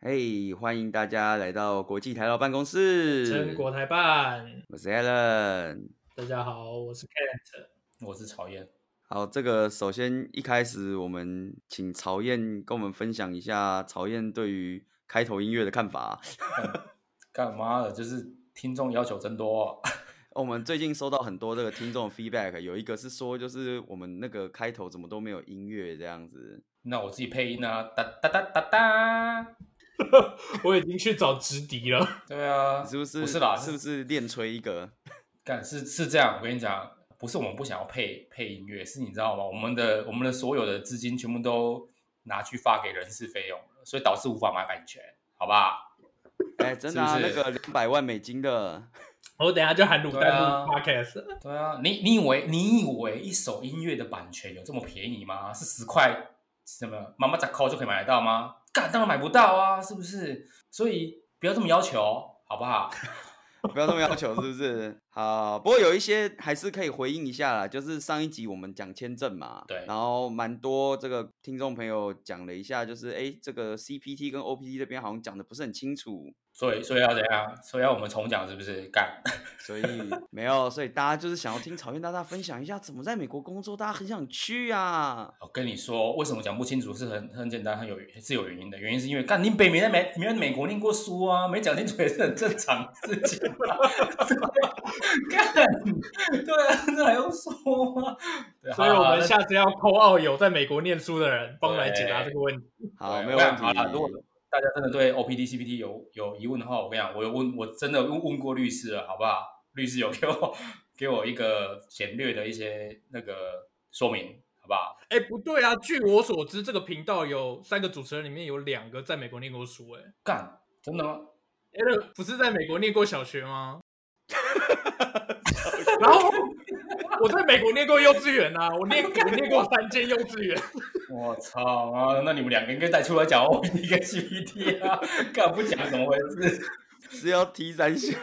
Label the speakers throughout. Speaker 1: 嘿欢迎大家来到国际台劳办公室。
Speaker 2: 真国台办，
Speaker 1: 我是 Alan。
Speaker 2: 大家好，我是 Kent。
Speaker 3: 我是曹燕，
Speaker 1: 好，这个首先一开始我们请曹燕跟我们分享一下曹燕对于开头音乐的看法。
Speaker 3: 干嘛的？就是听众要求真多、哦，
Speaker 1: 我们最近收到很多这个听众的 feedback，有一个是说就是我们那个开头怎么都没有音乐这样子。
Speaker 3: 那我自己配音啊，哒哒哒哒哒，
Speaker 2: 我已经去找直笛了，
Speaker 3: 对啊，
Speaker 1: 是不是？
Speaker 3: 不是啦，
Speaker 1: 是不
Speaker 3: 是
Speaker 1: 是练吹一 个？
Speaker 3: 干是是这样，我跟你讲，不是我们不想要配配音乐，是你知道吗？我们的我们的所有的资金全部都拿去发给人事费用了，所以导致无法买版权，好吧？
Speaker 1: 哎、真的、啊
Speaker 3: 是不是
Speaker 1: 那个两百万美金的，
Speaker 2: 我等一下就喊卤蛋
Speaker 3: 对啊
Speaker 2: 录 podcast。
Speaker 3: 对啊，你你以为你以为一首音乐的版权有这么便宜吗？是十块什么妈妈咋扣就可以买得到吗？干当然买不到啊，是不是？所以不要这么要求，好不好？
Speaker 1: 不要那么要求，是不是？ 好，不过有一些还是可以回应一下啦，就是上一集我们讲签证嘛，
Speaker 3: 对
Speaker 1: 然后蛮多这个听众朋友讲了一下，就是哎、这个 CPT 跟 OPT 这边好像讲的不是很清楚，
Speaker 3: 所以所以要怎样？所以要我们重讲是不是？干，
Speaker 1: 所以没有，所以大家就是想要听草原大大分享一下怎么在美国工作，大家很想去啊。
Speaker 3: 我跟你说，为什么讲不清楚是很很简单，很有是有原因的。原因是因为干你北美在美没在美国念过书啊，没讲清楚也是很正常的事 情、啊。干，对啊，这还用说吗？对
Speaker 2: 所以我
Speaker 3: 好啦啊
Speaker 2: 们下次要扣奥有在美国念书的人，帮我们来解答这个问题。
Speaker 1: 好，
Speaker 3: 对
Speaker 1: 啊没有
Speaker 3: 我
Speaker 1: 问
Speaker 3: 想
Speaker 1: 题。嗯
Speaker 3: 好了，如果大家真的对 OPD、CPD 有有疑问的话，我跟你讲，我有问，我真的问问过律师了，好不好？律师有给我给我一个简略的一些那个说明，好不好？
Speaker 2: 哎、不对啊，据我所知，这个频道有三个主持人，里面有两个在美国念过书、哎。
Speaker 3: 干，真的吗？
Speaker 2: a l n 不是在美国念过小学 吗？然后我在美国念过幼稚园啊，我念我念过三间幼稚园。
Speaker 3: 我操啊！那你们两个应该再出来讲 OPD 跟 CPD 啊，干不讲怎么回事？
Speaker 1: 是要踢三下。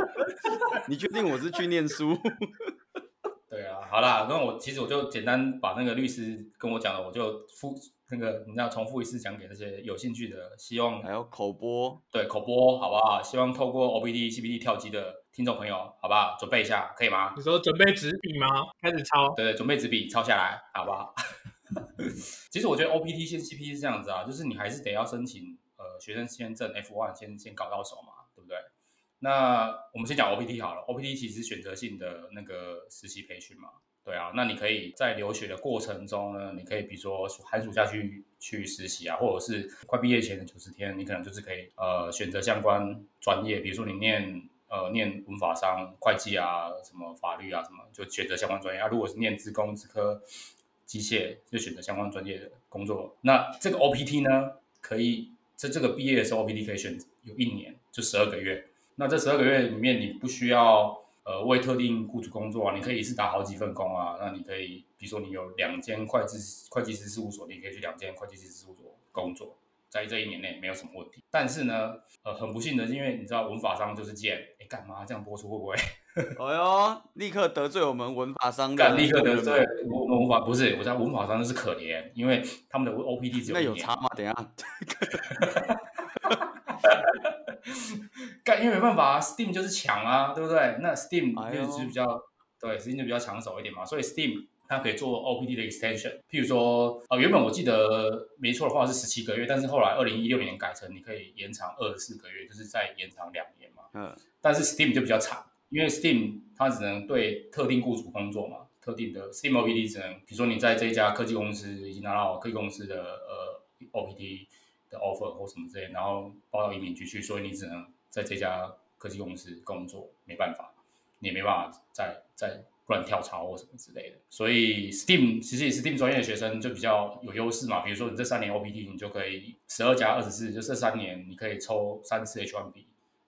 Speaker 1: 你确定我是去念书？
Speaker 3: 对啊，好啦，那我其实我就简单把那个律师跟我讲的，我就复那个你知道重复一次讲给那些有兴趣的，希望
Speaker 1: 还有口播，
Speaker 3: 对口播好不好？希望透过 OBD、CBD 跳机的听众朋友，好不好？准备一下，可以吗？
Speaker 2: 你说准备纸笔吗？开始抄。
Speaker 3: 对，准备纸笔抄下来，好不好？ 其实我觉得 OPT 先 CP 是这样子啊，就是你还是得要申请呃学生签证 F1 先先搞到手嘛，对不对？那我们先讲 OPT 好了，OPT 其实是选择性的那个实习培训嘛，对啊，那你可以在留学的过程中呢，你可以比如说暑寒暑假去去实习啊，或者是快毕业前的九十天，你可能就是可以呃选择相关专业，比如说你念呃念文法商、会计啊、什么法律啊什么，就选择相关专业啊。如果是念资工、资科、机械，就选择相关专业的工作。那这个 OPT 呢，可以在这个毕业的时候 OPT 可以选有一年，就十二个月。那这十二个月里面，你不需要呃为特定雇主工作啊，你可以一次打好几份工啊。那你可以，比如说你有两间会计会计师事务所，你可以去两间会计师事务所工作，在这一年内没有什么问题。但是呢，呃，很不幸的，因为你知道文法商就是贱，哎，干嘛这样播出会不会
Speaker 1: 哎呦，立刻得罪我们文法商的，
Speaker 3: 干立刻得罪？我们文法不是，我在文法商就是可怜，因为他们的 OPD 只有
Speaker 1: 那
Speaker 3: 一
Speaker 1: 有
Speaker 3: 年
Speaker 1: 差吗？等一下，
Speaker 3: 干，因为没办法、啊、，Steam 就是强啊，对不对？那 Steam
Speaker 1: 哎呦
Speaker 3: 就是比较、对，Steam 就比较抢手一点嘛，所以 Steam 它可以做 OPT 的 extension。譬如说，呃，原本我记得没错的话是十七个月，但是后来二零一六年改成你可以延长二十四个月，就是再延长两年嘛。
Speaker 1: 嗯，
Speaker 3: 但是 Steam 就比较长，因为 Steam 它只能对特定雇主工作嘛，特定的 Steam OPT 只能，比如说你在这一家科技公司已经拿到科技公司的呃 OPT 的 offer 或什么之类，然后报到移民局去，所以你只能在这家科技公司工作，没办法，你也没办法再再不然跳槽或什么之类的。所以 Steam 其实 Steam 专业的学生就比较有优势嘛，比如说你这三年 OPT 你就可以十二加二十四，就这三年你可以抽三次 H1B。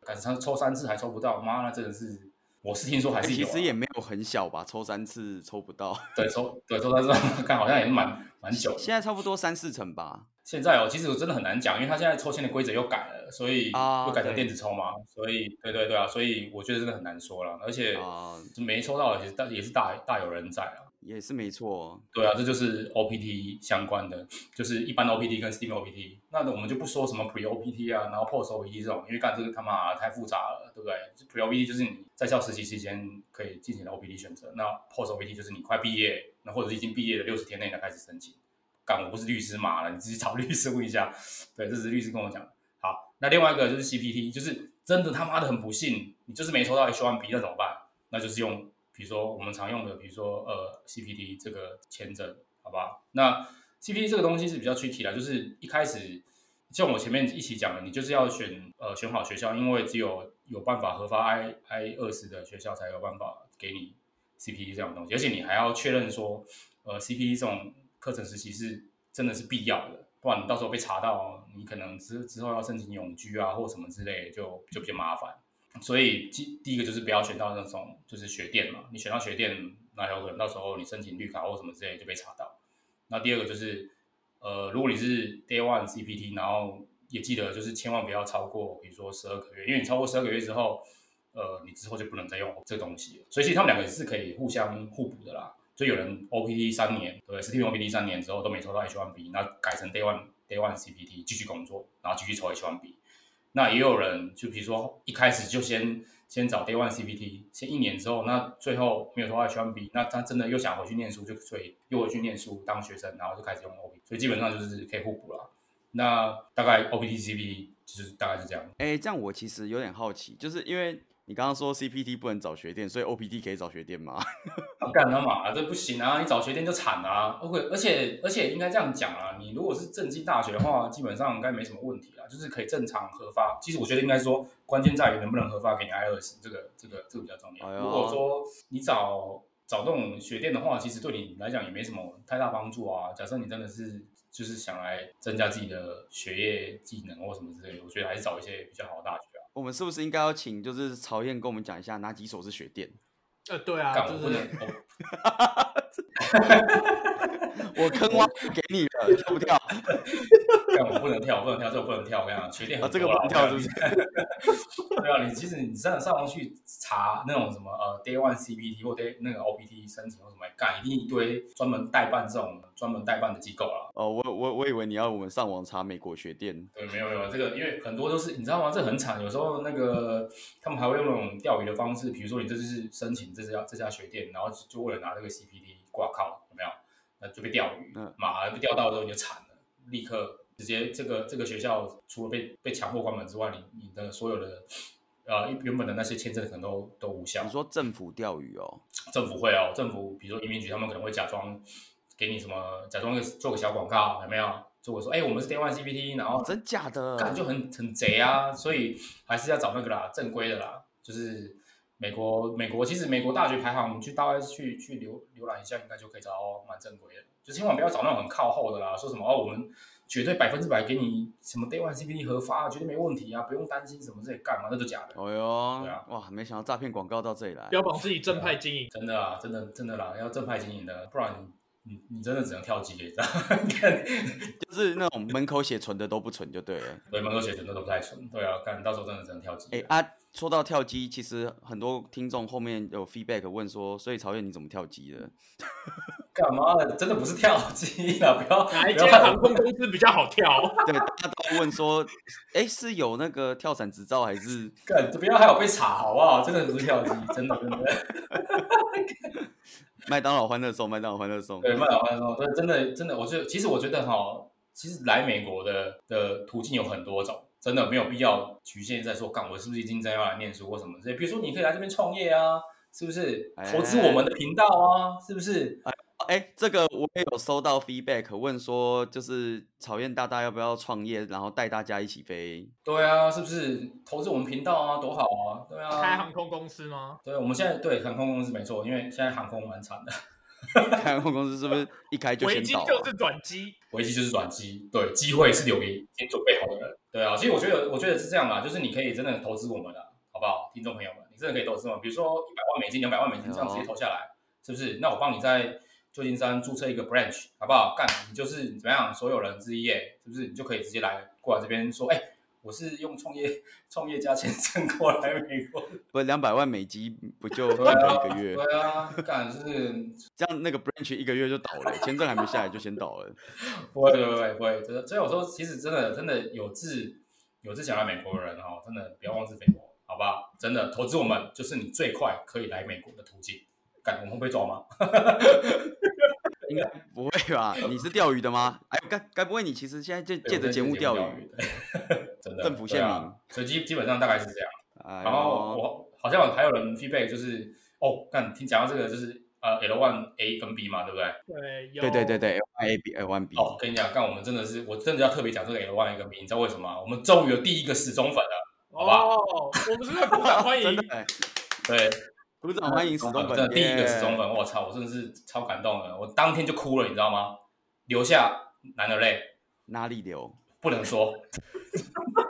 Speaker 3: 赶上抽三次还抽不到，妈，那真的是，我是听说还
Speaker 1: 哎
Speaker 3: 是
Speaker 1: 其
Speaker 3: 有啊、
Speaker 1: 实也没有很小吧，抽三次抽不到，
Speaker 3: 对抽对抽三次， 看好像也是蛮蛮久的。
Speaker 1: 现在差不多三四成吧。
Speaker 3: 现在哦，其实我真的很难讲，因为他现在抽签的规则又改了，所以
Speaker 1: 啊
Speaker 3: 又改成
Speaker 1: 对
Speaker 3: 电子抽嘛，所以对对对啊，所以我觉得真的很难说了，而且
Speaker 1: 啊
Speaker 3: 没抽到也是大也是大大有人在啊。
Speaker 1: 也是没错。
Speaker 3: 对啊，这就是 OPT 相关的，就是一般的 OPT 跟 Steam OPT。那我们就不说什么 Pre OPT 啊，然后 Post OPT 这种，因为干这个他妈太复杂了，对不对？Pre OPT 就是你在校实习期间可以进行的 OPT 选择，那 Post OPT 就是你快毕业，那或者是已经毕业的六十天内才开始申请。干，我不是律师嘛了，你自己找律师问一下。对，这是律师跟我讲。好，那另外一个就是 CPT，就是真的他妈的很不幸，你就是没抽到 H1B，那怎么办？那就是用比如说我们常用的，比如说呃 CPT 这个签证，好吧？那 CPT 这个东西是比较 tricky 啦，就是一开始像我前面一起讲的，你就是要选呃选好学校，因为只有有办法核发 I I 二十的学校才有办法给你 CPT 这种东西，而且你还要确认说呃 CPT 这种课程实习是真的是必要的，不然你到时候被查到，你可能之之后要申请永居啊或什么之类的，就就比较麻烦。所以第第一个就是不要选到那种就是学店嘛，你选到学店，那有可能到时候你申请绿卡或什么之类就被查到。那第二个就是，呃，如果你是 Day One CPT，然后也记得就是千万不要超过，比如说十二个月，因为你超过十二个月之后，呃，你之后就不能再用这东西了。所以其实他们两个是可以互相互补的啦。就有人 OPT 三年，对，STEAM OPT 三年之后都没抽到 H1B，那改成 Day One Day One CPT 继续工作，然后继续抽 H1B。那也有人就比如说一开始就先先找 Day One CPT，先一年之后，那最后没有抽到 H1B，那他真的又想回去念书，就所以又回去念书当学生，然后就开始用 OPT，所以基本上就是可以互补啦。那大概 OPT CPT 就是大概是这样。
Speaker 1: 哎、这样我其实有点好奇，就是因为你刚刚说 CPT 不能找学店，所以 OPT 可以找学店吗？
Speaker 3: 啊干他妈这不行啊！你找学店就惨啊。OK，而且而且应该这样讲啊，你如果是正经大学的话，基本上应该没什么问题啦，就是可以正常核发。其实我觉得应该说，关键在于能不能核发给你 I 二十，这个这个这个比较重要。
Speaker 1: 哎呦
Speaker 3: 如果说你找找那种学店的话，其实对你来讲也没什么太大帮助啊。假设你真的是就是想来增加自己的学业技能或什么之类的，我觉得还是找一些比较好的大学啊。
Speaker 1: 我们是不是应该要请就是曹燕跟我们讲一下哪几所是学店？
Speaker 2: 呃，对啊，
Speaker 3: 干
Speaker 2: 就
Speaker 3: 我不能
Speaker 2: 是，
Speaker 3: 我
Speaker 1: 我坑挖给你了，跳不跳？
Speaker 3: 但我不能跳，我不能跳，这个不能跳。我跟你讲，缺点
Speaker 1: 啊，
Speaker 3: 很
Speaker 1: 这
Speaker 3: 多
Speaker 1: 个不
Speaker 3: 啦
Speaker 1: 能跳是不？
Speaker 3: 我跟你
Speaker 1: 是？
Speaker 3: 讲 对啊，你其实你上上网去查那种什么呃 Day One CPT 或 Day 那个 OPT 申请或什么，干一定一堆专门代办这种专门代办的机构啦。
Speaker 1: 哦，我我我以为你要我们上网查美国学店。
Speaker 3: 对，没有没有，这个因为很多都是你知道吗？这很惨，有时候那个他们还会用那种钓鱼的方式，比如说你这次申请这家这家学店，然后就为了拿这个 CPT 挂靠，有没有？那就被钓鱼
Speaker 1: 嗯，
Speaker 3: 马上被钓到之后你就惨了，立刻直接这个这个学校除了被被强迫关门之外，你你的所有的呃原本的那些签证可能都都无效
Speaker 1: 你。说政府钓鱼哦？
Speaker 3: 政府会哦，政府比如说移民局，他们可能会假装给你什么，假装做个小广告，有没有？做个说，哎、我们是 Day One CPT，然后
Speaker 1: 哦，真假的？
Speaker 3: 干就很很贼啊，所以还是要找那个啦，正规的啦，就是美国美国其实美国大学排行，我们去大概去去浏浏览一下，应该就可以找到哦蛮正规的，就千万不要找那种很靠后的啦，说什么哦我们绝对百分之百给你什么 Day One CPT 合法，绝对没问题啊，不用担心什么这些干嘛，那都假的，
Speaker 1: 哦哟
Speaker 3: 对啊，
Speaker 1: 哇，没想到诈骗广告到这里来。
Speaker 2: 标榜自己正派经营，
Speaker 3: 真的啊，真的真的啦，要正派经营的，不然你你你真的只能跳级， 你知道吗？看
Speaker 1: 就是那种门口写存的都不存就对了。
Speaker 3: 对门口写真的都不太纯，对啊，干到时候真的只能跳级。
Speaker 1: 哎、啊，说到跳机，其实很多听众后面有 feedback 问说，所以曹燕你怎么跳机的？
Speaker 3: 干嘛的？真的不是跳机啦， 不要
Speaker 2: 哪一
Speaker 3: 不
Speaker 2: 间
Speaker 3: 要
Speaker 2: 航空公司比较好 跳？
Speaker 1: 对，大家都问说，哎、是有那个跳伞执照还是？
Speaker 3: 干，不要害我被查好不好？真的不是跳 机，真的真的。
Speaker 1: 麦当劳欢乐颂，麦当劳欢乐颂。
Speaker 3: 对，麦老板说，对，真的真的，我觉得其实我觉得哈，其实来美国的的途径有很多种，真的没有必要局限在说，干我是不是已经在要来念书或什么之类。比如说，你可以来这边创业啊，是不是？
Speaker 2: 哎
Speaker 3: 投资我们的频道啊，是不是？
Speaker 1: 哎、这个我也有收到 feedback，问说就是曹燕大大要不要创业，然后带大家一起飞？
Speaker 3: 对啊，是不是投资我们频道啊，多好啊，对
Speaker 2: 开
Speaker 3: 啊。
Speaker 2: 航空公司吗？
Speaker 3: 对，我们现在对航空公司没错，因为现在航空蛮惨的，
Speaker 1: 看航空公司是不是一开就
Speaker 2: 危
Speaker 1: 先
Speaker 2: 机
Speaker 1: 倒啊？
Speaker 2: 就是转机，
Speaker 3: 危机就是转机，对，机会是留给已经准备好的人。对啊，其实我觉得，我觉得是这样啦，就是你可以真的投资我们啦，好不好，听众朋友们，你真的可以投资我们，比如说一百万美金、两百万美金这样直接投下来，是不是？那我帮你在旧金山注册一个 branch，好不好？干，你就是怎么样，所有人之一耶，是不是？你就可以直接来过来这边说，哎、我是用创业创业家签证过来美国。
Speaker 1: 不两百万美金不就
Speaker 3: 对
Speaker 1: 短短一
Speaker 3: 啊，
Speaker 1: 个月？
Speaker 3: 对啊，干就是
Speaker 1: 这样那个 branch 一个月就倒了，签证还没下来就先倒了。
Speaker 3: 不会不会不会，真的。所以我说，其实真的真的有志有志想来美国的人哦，真的不要妄自菲薄，好吧？真的投资我们就是你最快可以来美国的途径。干，我们会被抓吗？
Speaker 1: 应该不会吧？你是钓鱼的吗？哎，该该不会你其实现在 借借着节目钓鱼？，
Speaker 3: 真的
Speaker 1: 政府
Speaker 3: 对
Speaker 1: 限
Speaker 3: 啊
Speaker 1: 民。
Speaker 3: 所以基基本上大概是这样。
Speaker 1: 哎
Speaker 3: 然后
Speaker 1: 呦，
Speaker 3: 我好像还有人 feedback 就是，哦，干，听讲到这个就是呃 L one A 跟 B 嘛，对不对？
Speaker 2: 对，有
Speaker 1: 对对对对，L A B L one B，
Speaker 3: 哦，跟你讲，干，我们真的是，我真的要特别讲这个 L one A 跟 B，你知道为什么吗？我们终于有第一个死忠粉了。好吧
Speaker 2: 哦，我们是在鼓掌 欢
Speaker 1: 真
Speaker 2: 迎
Speaker 1: 的，哎，
Speaker 3: 对，
Speaker 1: 鼓掌欢迎史东
Speaker 3: 真
Speaker 1: 本，
Speaker 3: 呃啊的第一个
Speaker 1: 耶
Speaker 3: 是中本，我操，我真的是超感动的，我当天就哭了，你知道吗？流下男儿泪，
Speaker 1: 哪里流？
Speaker 3: 不能说。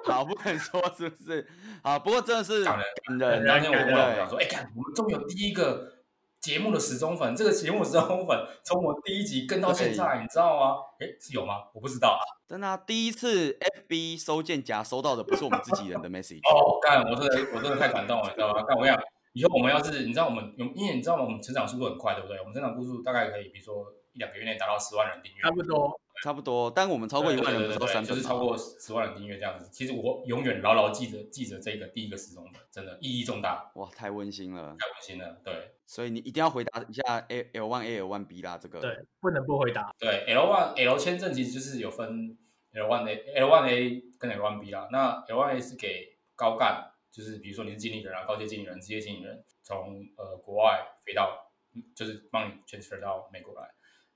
Speaker 1: 好，不肯说是不是？好，不过真的是
Speaker 3: 感
Speaker 1: 感人，
Speaker 3: 当天我跟我老婆
Speaker 1: 对
Speaker 3: 讲说，哎、看我们终于有第一个节目的时钟粉，这个节目的时钟粉从我第一集跟到现在，你知道吗？哎、是有吗？我不知道。
Speaker 1: 真的啊、第一次 FB 收件夹收到的不是我们自己人 的 message，
Speaker 3: 哦，干，我真的我真的太感动了，你知道吗？干，我跟你讲，以后我们要是你知道我们，因为你知道吗？我们成长速度很快，对不对？我们成长速度大概可以，比如说一两个月内达到十万人订阅，
Speaker 2: 差不多。
Speaker 1: 差不多。但我们超过一万人，不
Speaker 3: 对
Speaker 1: 是到
Speaker 3: 对对对
Speaker 1: 三
Speaker 3: 就是
Speaker 1: 分
Speaker 3: 超
Speaker 1: 吗？
Speaker 3: 过十万人订阅这样子。其实我永远牢牢记着记着这个第一个时钟的，真的意义重大，
Speaker 1: 哇，太温馨了。
Speaker 3: 太温馨了。对
Speaker 1: 所以你一定要回答一下 L L one A L one B 啦，这个
Speaker 2: 对，不能不回答。
Speaker 3: 对，L one L 签证其实就是有分 L one A L one A 跟 L one B 啦。那 L one A 是给高干，就是比如说你是经理人啊，高阶经理人、职业经理人，从呃国外飞到，嗯就是帮你 transfer 到美国来。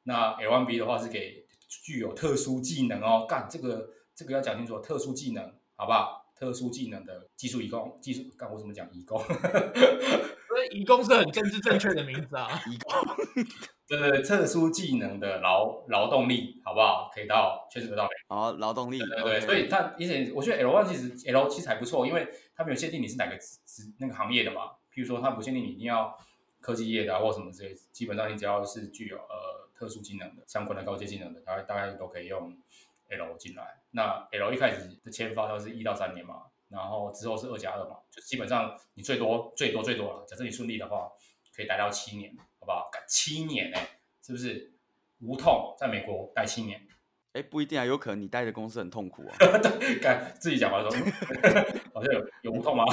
Speaker 3: 那 L one B 的话是给具有特殊技能哦，干这个这个要讲清楚，哦特殊技能好不好？特殊技能的技术移工，技术干我怎么讲移工？
Speaker 2: 所以，义工是很政治正确的名 字啊。
Speaker 1: 一个
Speaker 3: 对对对，特殊技能的劳劳动力好不好？可以到 transfer 到美国。
Speaker 1: 好劳动力，
Speaker 3: 对对对，所以它以前我觉得 L one 其实 L 其实还不错，因为它没有限定你是哪个职职那个行业的嘛。譬如说，它不限定你一定要科技业的啊，或什么之类，基本上你只要是具有呃特殊技能的相关的高阶技能的，大概大概都可以用 L 进来。那 L 一开始的签发都是一到三年嘛，然后之后是二加二嘛，就基本上你最多最多最多了。假设你顺利的话，可以待到七年，好不好？干七年哎、是不是？无痛在美国待七年，
Speaker 1: 哎不一定啊，有可能你待的公司很痛苦 啊，
Speaker 3: 干自己讲完说， 好像有有无痛 吗？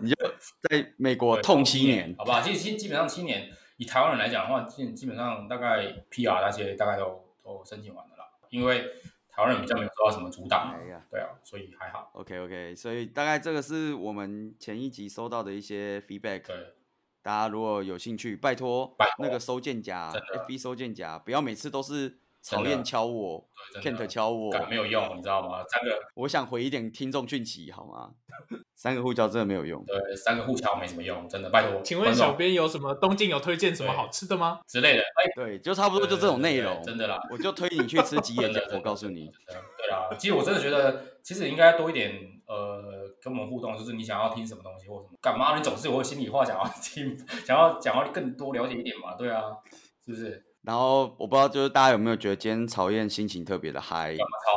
Speaker 1: 你就在美国痛七年，
Speaker 3: 好不好？其实基基本上七年，以台湾人来讲的话，基基本上大概 PR 那些大概都都申请完了啦，因为台湾人比较没有受到什么阻挡嘛
Speaker 1: 哎，呀
Speaker 3: 对啊，所以还好。
Speaker 1: ，OK OK，所以大概这个是我们前一集收到的一些 feedback，
Speaker 3: 对，
Speaker 1: 大家如果有兴趣，拜托
Speaker 3: 拜托
Speaker 1: 那个收件夹
Speaker 3: 真的
Speaker 1: ，FB 收件夹，不要每次都是
Speaker 3: 真
Speaker 1: 讨
Speaker 3: 的
Speaker 1: 厌敲我
Speaker 3: 对真的
Speaker 1: ，Kent 敲我，
Speaker 3: 干没有用，你知道吗？三个
Speaker 1: 我想回一点听众讯息好吗？三个呼叫真的没有用，
Speaker 3: 对三个互敲没什么用，真的，
Speaker 1: 哎
Speaker 3: 拜托。
Speaker 2: 请问
Speaker 3: 观众
Speaker 2: 小编有什么东京有推荐什么好吃的吗？
Speaker 3: 之类的，哎，
Speaker 1: 对，就差不多就这种内容，
Speaker 3: 对对对真的啦，
Speaker 1: 我就推你去吃吉野
Speaker 3: 真
Speaker 1: 家
Speaker 3: 的，真，的
Speaker 1: 我告诉 你，
Speaker 3: 真的对啦，其实我真的觉得，其实应该多一点呃，跟我们互动，就是你想要听什么东西或什么，干嘛你总是有心里话想要听，想要想要更多了解一点嘛，对啊，是不是？
Speaker 1: 然后我不知道就是大家有没有觉得今天曹燕心情特别的嗨，
Speaker 3: 干嘛超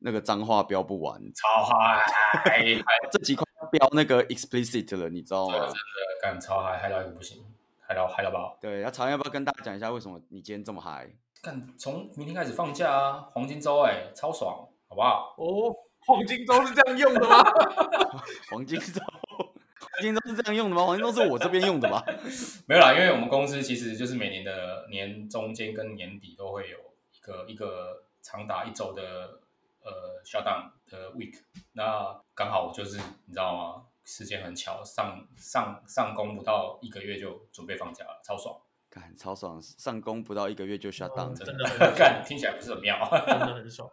Speaker 1: 那个脏话飙不完，
Speaker 3: 嗨，啊超 嗨，嗨，嗨
Speaker 1: 这集快要飙那个 explicit 了，你知道
Speaker 3: 真
Speaker 1: 吗
Speaker 3: 的真？的干超嗨，嗨到一个不行，嗨到嗨到爆，
Speaker 1: 对，那曹燕要不要跟大家讲一下为什么你今天这么嗨？
Speaker 3: 干从明天开始放假啊，黄金周哎、超爽，好不好？
Speaker 2: 哦，黄金周是这样用 的吗？
Speaker 1: 黄金周，黄金周是这样用的吗？黄金周是我这边用 的吧？
Speaker 3: 没有啦，因为我们公司其实就是每年的年中间跟年底都会有一个一个长达一周的呃 shutdown 的 week，那刚好我就是你知道吗？时间很巧，上上上工不到一个月就准备放假了，超爽。
Speaker 1: 看超爽，上工不到一个月就 shut down，、
Speaker 2: 哦真的很爽
Speaker 3: 干听起来不是很妙，
Speaker 2: 真的很爽。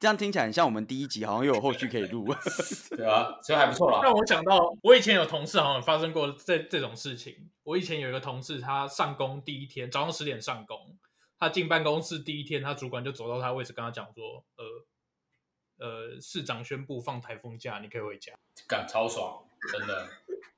Speaker 1: 这样听起来很像我们第一集，好像又有后续可以录。
Speaker 3: 对啊，所以还不错啦。
Speaker 2: 让我想到，我以前有同事好像有发生过这这种事情。我以前有一个同事，他上工第一天早上十点上工，他进办公室第一天，他主管就走到他位置跟他讲说，呃呃，市长宣布放台风假，你可以回家。
Speaker 3: 干超爽，真的，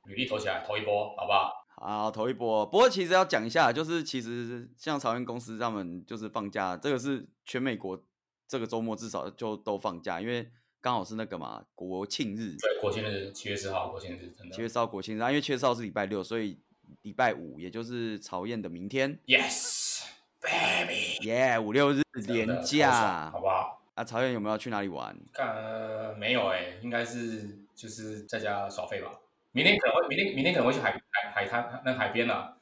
Speaker 3: 履历投起来，投一波，好不好？
Speaker 1: 好，投一波。不过其实要讲一下，就是其实像朝元公司他们就是放假，这个是全美国这个周末至少就都放假，因为刚好是那个嘛国庆日，
Speaker 3: 对，国庆日七月四号，国庆日真的
Speaker 1: 七月四号国庆日，啊因为七月四号是礼拜六，所以礼拜五也就是曹燕的明天，
Speaker 3: ，yes baby，
Speaker 1: 耶、五六日
Speaker 3: 真的
Speaker 1: 连
Speaker 3: 超爽
Speaker 1: 假
Speaker 3: 好不好？
Speaker 1: 啊！曹燕有没有要去哪里玩？
Speaker 3: 看、呃、没有哎、应该是就是在家耍废吧。明天可能会，明天明天可能会去海海海滩那海边啊啦、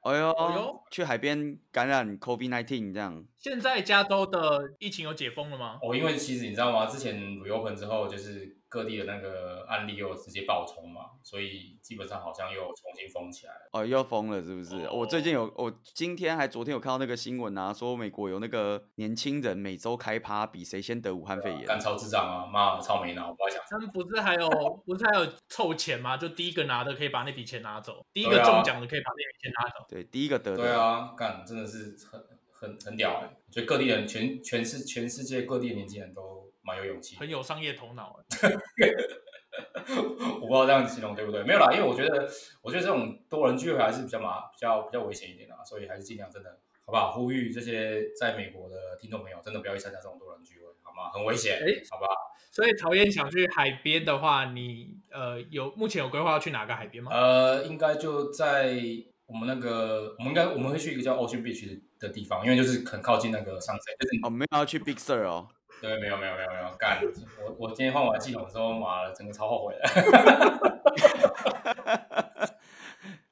Speaker 3: 哦
Speaker 1: 哎呦，
Speaker 2: 哎呦
Speaker 1: 去海边感染 COVID nineteen 这样，
Speaker 2: 现在加州的疫情有解封了吗？
Speaker 3: 哦，因为其实你知道吗？之前 reopen 之后，就是各地的那个案例又直接爆冲嘛，所以基本上好像又重新封起来了。
Speaker 1: 哦，又疯了是不是？我最近
Speaker 3: 哦
Speaker 1: 有，我今天还昨天有看到那个新闻啊，说美国有那个年轻人每周开趴，比谁先得武汉肺炎。
Speaker 3: 干超智障啊！妈的，超没脑，不要讲。
Speaker 2: 他们不是还有不是还有凑钱吗？就第一个拿的可以把那笔钱拿走，第一
Speaker 3: 对
Speaker 2: 个
Speaker 3: 啊
Speaker 2: 中奖的可以把那笔钱拿走。
Speaker 1: 对，第一个得的。
Speaker 3: 对啊，干真的是很很很屌哎、我觉得各地人全全世全世界各地的年轻人都蛮有勇气的。
Speaker 2: 很有商业头脑欸，
Speaker 3: 我不知道这样形容对不对？没有啦，因为我觉得，我觉得这种多人聚会还是比较麻、比较比较危险一点啦，所以还是尽量真的，好不好？呼吁这些在美国的听众朋友，真的不要去参加这种多人聚会，好吗？很危险，
Speaker 2: 哎
Speaker 3: 好不好？
Speaker 2: 所以曹燕想去海边的话，你呃有目前有规划要去哪个海边吗？
Speaker 3: 呃，应该就在我们那个，我们应该我们会去一个叫 Ocean Beach 的地方，因为就是很靠近那个上山，就是
Speaker 1: 哦，没有要去 Big Sur 哦。
Speaker 3: 对，没有没有没有没有，干！我我今天换完系统之后，妈了，整个超后悔的。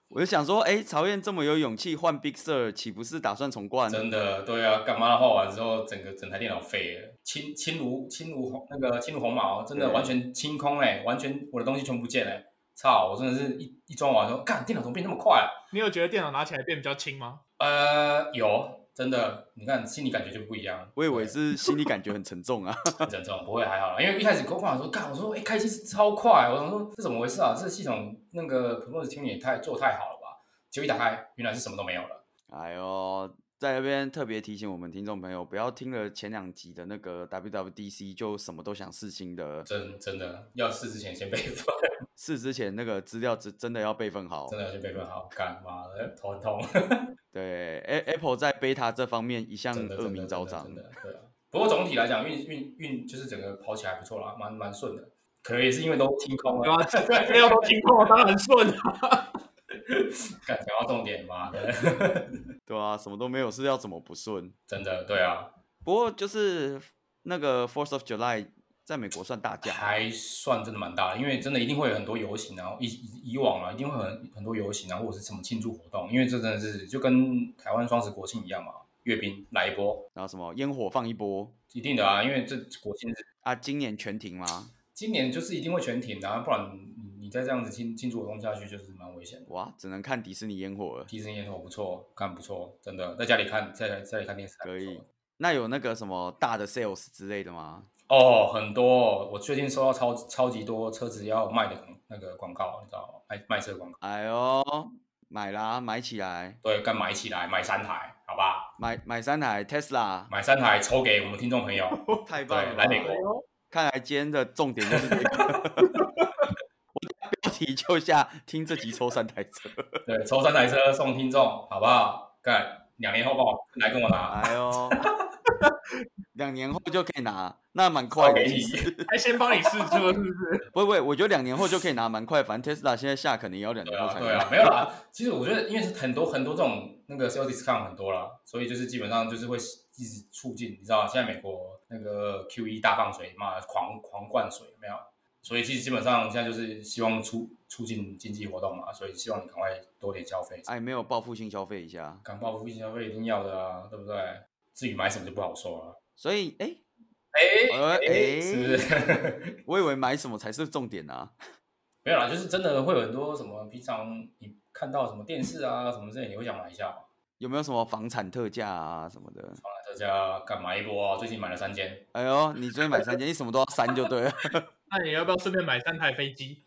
Speaker 1: 我就想说，哎，曹燕这么有勇气换 Big Sur，岂不是打算重冠？
Speaker 3: 真的，对啊，干嘛画完之后，整个整台电脑废了，轻轻如轻如鸿那个轻如鸿毛，真的
Speaker 1: 对
Speaker 3: 完全清空嘞、完全我的东西全部不见嘞、操！我真的是一一装完说，干，电脑怎么变那么快、啊？
Speaker 2: 你有觉得电脑拿起来变比较轻吗？
Speaker 3: 呃，有，真的，你看心理感觉就不一样。
Speaker 1: 我以为是心理感觉很沉重啊。
Speaker 3: 很沉重，不会还好啦，因为一开始跟我讲说，干，我说哎、开机是超快，我想说这怎么回事啊？这系统那个 Promote 听也太做太好了吧？结果一打开，原来是什么都没有了。
Speaker 1: 哎呦，在这边特别提醒我们听众朋友，不要听了前两集的那个 WWDC 就什么都想试新的，
Speaker 3: 真真的要试之前先备份，
Speaker 1: 试之前那个资料真真的要备份好
Speaker 3: 真。的要先备份好，干妈的头很痛。
Speaker 1: 对，A- Apple 在 beta 这方面一向
Speaker 3: 真的
Speaker 1: 恶名昭
Speaker 3: 真
Speaker 1: 彰。
Speaker 3: 的真的对啊。不过总体来讲，运运运就是整个跑起来还不错啦，蛮蛮顺的。可能也是因为都清空
Speaker 2: 对啊
Speaker 3: 了，
Speaker 2: 吧？ 没有都清空，当然顺啊。
Speaker 3: 感讲到重点嘛，对
Speaker 1: 对啊，什么都没有是要怎么不顺？
Speaker 3: 真的对啊，
Speaker 1: 不过就是那个 Fourth of July 在美国算大假，
Speaker 3: 还算真的蛮大的，因为真的一定会有很多游行啊，以以以往啊，一定会很很多游行啊，或者是什么庆祝活动，因为这真的是就跟台湾双十国庆一样嘛，阅兵来一波，
Speaker 1: 然后什么烟火放一波
Speaker 3: 一定的啊，因为这国庆日
Speaker 1: 啊，今年全停吗？
Speaker 3: 今年就是一定会全停的、啊，不然你你再这样子庆庆祝活动下去，就是蛮危险的。
Speaker 1: 哇，只能看迪士尼烟火了。
Speaker 3: 迪士尼烟火不错，看不错，真的，在家里看，在家在家里看电视还不
Speaker 1: 可以
Speaker 3: 错
Speaker 1: 那有那个什么大的 sales 之类的吗？
Speaker 3: 哦，很多哦，我最近收到超超级多车子要卖的广那个广告，你知道吗？卖卖车广告，
Speaker 1: 哎呦，买啦，买起来，
Speaker 3: 对，干买起来，买三台，好吧，
Speaker 1: 买买三台 Tesla，
Speaker 3: 买三台抽给我们听众 朋友，
Speaker 1: 太棒
Speaker 3: 对，
Speaker 1: 了吧！
Speaker 3: 来
Speaker 2: 哎
Speaker 3: 美国，
Speaker 1: 看来今天的重点就是这个。我的标题就下听这集抽三台车。
Speaker 3: 对，抽三台车送听众，好不好？干，两年后帮我来跟我拿，
Speaker 1: 哎呦，两年后就可以拿，那蛮快
Speaker 3: 送
Speaker 1: 的。
Speaker 3: 给你
Speaker 1: 其，实
Speaker 2: 还先帮你试车是不是？
Speaker 1: 不会，我觉得两年后就可以拿，蛮快。反正 Tesla 现在下肯定也要两
Speaker 3: 对
Speaker 1: 年后
Speaker 3: 啊，
Speaker 1: 才能
Speaker 3: 对
Speaker 1: 拿。
Speaker 3: 啊，没有啦。 其实我觉得，因为很多很多这种那个 sales discount 很多啦，所以就是基本上就是会一直促进。你知道现在美国那个 Q E 大放水，嘛，狂狂灌水，有没有？所以其实基本上现在就是希望促促进经济活动嘛，所以希望你赶快多点消费，
Speaker 1: 哎，没有报复性消费一下。
Speaker 3: 赶报复性消费一定要的啊，对不对？至于买什么就不好说了。
Speaker 1: 所以，哎，
Speaker 3: 哎、
Speaker 1: 呃，
Speaker 3: 哎，是不
Speaker 1: 哎，
Speaker 3: 是？
Speaker 1: 我以为买什么才是重点啊。
Speaker 3: 没有啦，就是真的会有很多什么平常你看到什么电视啊什么之类，你会想买一下嘛？
Speaker 1: 有没有什么房产特价啊什么的？
Speaker 3: 大家干嘛一波啊？最近买了三间。
Speaker 1: 哎呦，你最近买三件，你什么都要删就对了。
Speaker 2: 那你要不要顺便买三台飞机？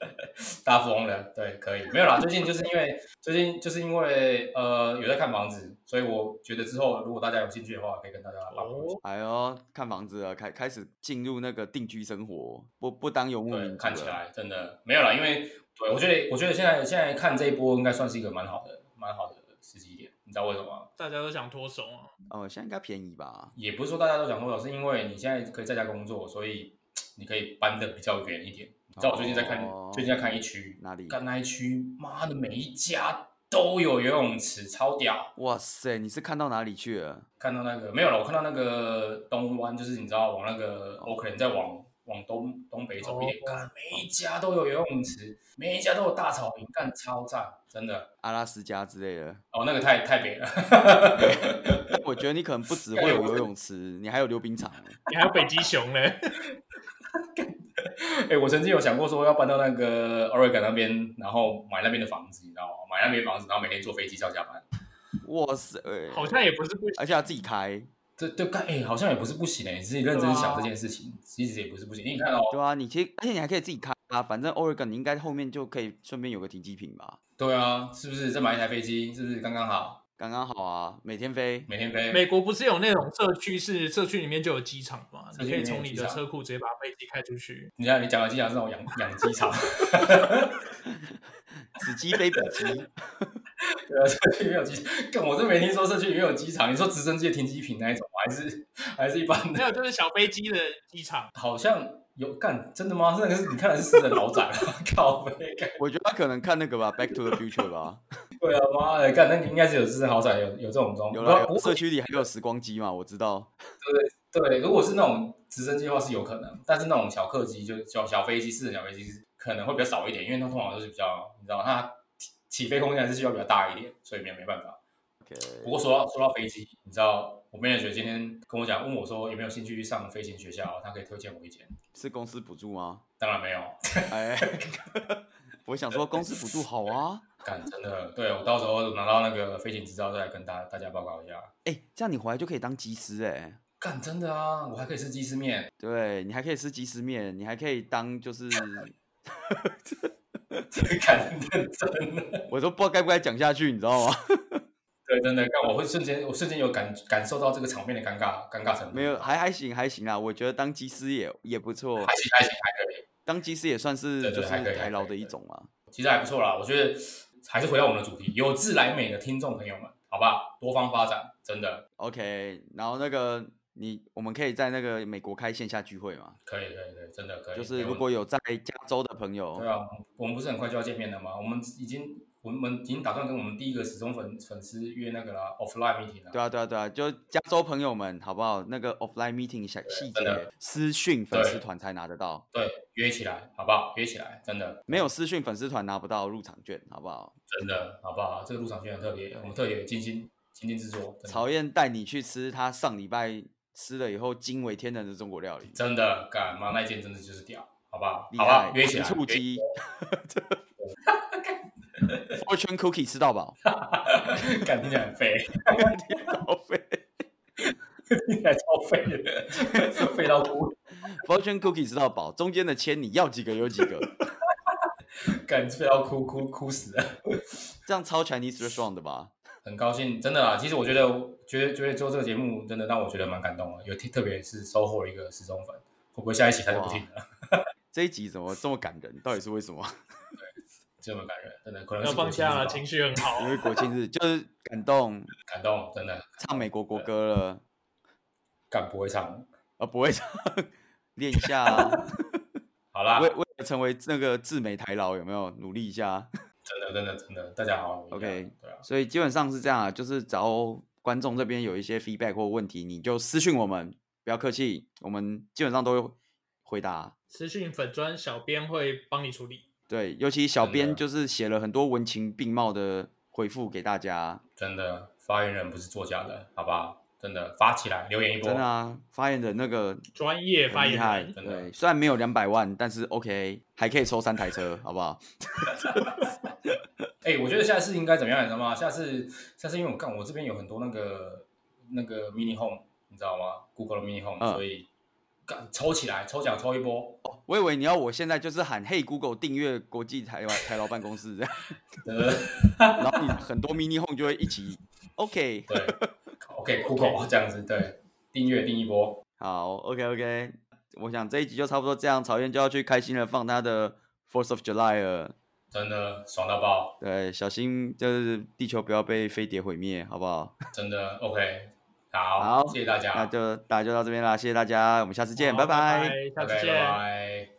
Speaker 3: 大富翁的，对，可以，没有啦。最近就是因为最近 就是因为呃有在看房子，所以我觉得之后如果大家有兴趣的话，可以跟大家
Speaker 2: 哦
Speaker 3: 讨论一下。
Speaker 1: 哎呦，看房子了，开开始进入那个定居生活，不不当游牧
Speaker 3: 对，
Speaker 1: 民族
Speaker 3: 看起
Speaker 1: 了。
Speaker 3: 来真的没有啦，因为对我觉得我觉得现在现在看这一波应该算是一个蛮好的蛮好的时机点，你知道为什么吗？
Speaker 2: 大家都想脱手啊，
Speaker 1: 哦呃，现在应该便宜吧？
Speaker 3: 哦也不是说大家都想脱手，是因为你现在可以在家工作，所以你可以搬的比较远一点。你知道我最近在看，
Speaker 1: 哦
Speaker 3: 最近在看一区，
Speaker 1: 哪里？
Speaker 3: 干那一区，妈的，每一家都有游泳池，超屌。
Speaker 1: 哇塞，你是看到哪里去了？
Speaker 3: 看到那个没有了，我看到那个东湾，就是你知道往那个 Oakland 再往往东东北走一点
Speaker 2: 哦，
Speaker 3: 干、每一家都有游泳池，每一家都有大草坪，干超赞，真的。
Speaker 1: 阿拉斯加之类的？
Speaker 3: 哦，那个太太北了，
Speaker 1: 但我觉得你可能不只
Speaker 3: 哎
Speaker 1: 会有游泳池，你还有溜冰场欸。
Speaker 2: 你还有北极熊 嘞，
Speaker 3: 哎、我曾经有想过说要搬到那个 Oregon 那边，然后买那边的房子，你知道吗？买那边房子，然后每天坐飞机上下班。
Speaker 1: 哇塞，
Speaker 2: 好像也不是不行。
Speaker 1: 而且要自己开。
Speaker 3: 这对干哎、好像也不是不行哎、你自己认真想
Speaker 2: 对啊
Speaker 3: 这件事情，其实也不是不行。因为你看哦，
Speaker 1: 对啊，你其实而且你还可以自己开啊，反正 Oregon 你应该后面就可以顺便有个停机坪吧，
Speaker 3: 对啊，是不是再买一台飞机，是不是刚刚好？
Speaker 1: 刚刚好啊，每天飞。
Speaker 3: 每天飞，
Speaker 2: 美国不是有那种社区是社区里面就有机场嘛？
Speaker 3: 社
Speaker 2: 你
Speaker 3: 区
Speaker 2: 可以
Speaker 3: 里面有
Speaker 2: 从你
Speaker 3: 机
Speaker 2: 的
Speaker 3: 场
Speaker 2: 车库直接把飞机开出去。
Speaker 3: 你看你讲的机场是那种养养鸡场，
Speaker 1: 此鸡非彼鸡，
Speaker 3: 对啊，社区里面有机，但我真没听说社区里面有机场。你说直升机的停机坪那一种，还是还是一般
Speaker 2: 没
Speaker 3: 的？
Speaker 2: 有，就是小飞机的机 场。
Speaker 3: 好像有干真的吗？那个是你看的是私人老展， 靠背干。
Speaker 1: 我觉得他可能看那个吧，《Back to the Future》吧，
Speaker 3: 对啊，妈的，干那个应该是有私人豪宅，有有这种东西。
Speaker 1: 有
Speaker 3: 不
Speaker 1: 啦，
Speaker 3: 不
Speaker 1: 有
Speaker 3: 过
Speaker 1: 社区里还有时光机嘛，我知道。
Speaker 3: 对，如果是那种直升机的话是有可能，但是那种小客机就小小飞机、私人小飞机是可能会比较少一点，因为它通常都是比较，你知道它起起飞空间还是需要比较大一点，所以没没办法。
Speaker 1: OK，
Speaker 3: 不过说到说到飞机，你知道我妹的学今天跟我讲，问我说有没有兴趣去上飞行学校，她可以推荐我一间。
Speaker 1: 是公司补助吗？
Speaker 3: 当然没有，
Speaker 1: 哎， 我想说公司补助好啊。
Speaker 3: 干真的，对我到时候拿到那个飞行执照再来跟大大家报告一下。
Speaker 1: 哎、这样你回来就可以当机师哎、
Speaker 3: 干真的啊，我还可以吃鸡丝面，
Speaker 1: 对你还可以吃鸡丝面，你还可以当就是，
Speaker 3: 干认真的。
Speaker 1: 我都不知道该不该讲下去，你知道吗？
Speaker 3: 对，真的，但我会瞬间，我瞬间有感感受到这个场面的尴尬尴尬程度。
Speaker 1: 没有，还还行还行啊，我觉得当机师也也不错
Speaker 3: 还，行还行还可以，
Speaker 1: 当机师也算是
Speaker 3: 对对
Speaker 1: 就
Speaker 3: 还
Speaker 1: 是
Speaker 3: 可以
Speaker 1: 台
Speaker 3: 还
Speaker 1: 劳
Speaker 3: 可以
Speaker 1: 的一
Speaker 3: 对
Speaker 1: 种嘛。
Speaker 3: 其实还不错啦。我觉得还是回到我们的主题，有志来美的听众朋友们，好不好？多方发展，真的
Speaker 1: OK，然后那个你我们可以在那个美国开线下聚会嘛，
Speaker 3: 可以可以可以，真的可以。
Speaker 1: 就是
Speaker 3: 没问
Speaker 1: 如
Speaker 3: 题
Speaker 1: 果有在加州的朋友
Speaker 3: 对，啊，我们不是很快就要见面了吗？我们已经我们已经打算跟我们第一个始终粉粉丝约那个啦，offline meeting 啦。
Speaker 1: 对啊对啊对啊，就加州朋友们好不好？那个 offline meeting 详细
Speaker 3: 真的
Speaker 1: 节私讯粉丝
Speaker 3: 对
Speaker 1: 团才拿得到，
Speaker 3: 对，约起来好不好？约起来，真的
Speaker 1: 没有私讯粉丝团拿不到入场券，好不好？
Speaker 3: 真的好不好？这个入场券很特别，我们特别精心精心制作，真的
Speaker 1: 曹燕带你去吃他上礼拜吃了以后惊为天人的中国料理，
Speaker 3: 真的干嘛那一件真的就是屌，好不好？
Speaker 1: 厉
Speaker 3: 好不好
Speaker 1: 害？，
Speaker 3: 约起来，
Speaker 1: 糖醋
Speaker 3: 约
Speaker 1: 鸡 ，fortune cookie 吃到 饱，
Speaker 3: 干听起来很废，
Speaker 1: 好费
Speaker 3: 听起来超废的，废到哭。
Speaker 1: fortune cookie 吃到饱，中间的签你要几个有几个，
Speaker 3: 感觉要哭哭哭死了。
Speaker 1: 这样超 Chinese restaurant 的吧？
Speaker 3: 很高兴，真的啊！其实我觉得，觉得觉得做这个节目真的让我觉得蛮感动的，有特特别是收获了一个失踪粉，会不会下一期他就不听了？
Speaker 1: 这一集怎么这么感人？到底是为什么？
Speaker 3: 这么感人，真的可能
Speaker 2: 要
Speaker 3: 是
Speaker 2: 放下了，
Speaker 3: 了，
Speaker 2: 情绪很好
Speaker 1: 因。为国庆日就是感动，
Speaker 3: 感动，真的
Speaker 1: 唱美国国歌了，
Speaker 3: 干不会唱。
Speaker 1: 呃，不会唱， 练一下啊、
Speaker 3: 好啦，
Speaker 1: 为为了成为那个自媒台老有没有努力一下啊？
Speaker 3: 真的真的真的，大家好
Speaker 1: OK
Speaker 3: 对啊，
Speaker 1: 所以基本上是这样啊，就是只要观众这边有一些 feedback 或问题，你就私讯我们，不要客气，我们基本上都会回答。
Speaker 2: 私讯粉砖小编会帮你处理。
Speaker 1: 对，尤其小
Speaker 3: 真
Speaker 1: 编
Speaker 3: 的
Speaker 1: 就是写了很多文情并茂的回复给大家，
Speaker 3: 真的发言人不是作家的，好不好？真的发起来，留言一波
Speaker 1: 真的，啊，发言人那个
Speaker 2: 专业发
Speaker 1: 很厉
Speaker 2: 言
Speaker 1: 害，
Speaker 2: 人，
Speaker 3: 真的
Speaker 1: 对，虽然没有两百万，但是 OK，还可以抽三台车，好不好？
Speaker 3: 哎、我觉得下次应该怎么样，你知道吗？下次，下次因为我干，我这边有很多那个那个 mini home，你知道吗？Google 的 mini home，、
Speaker 1: 嗯
Speaker 3: 所以干抽起来，抽奖抽一 波，
Speaker 1: 我以为你要我现在就是喊 Hey Google 订阅国际台湾台劳办公室这样，
Speaker 3: 呃，
Speaker 1: 然后你很多 mini home 就会一起 OK，
Speaker 3: 对 ，OK，Google、这样子，对，订阅订一波，
Speaker 1: 好，OK OK，我想这一集就差不多这样，曹燕就要去开心的放他的 Fourth of July 了。
Speaker 3: 真的爽到爆，
Speaker 1: 对，小心就是地球不要被飞碟毁灭，好不好？
Speaker 3: 真的 OK，好，
Speaker 1: 好
Speaker 3: 谢谢大家，
Speaker 1: 那就大家就到这边啦，谢谢大家，我们下次见，
Speaker 2: 好拜
Speaker 1: 拜
Speaker 2: 拜，下次
Speaker 3: 拜
Speaker 2: 见。
Speaker 3: 拜。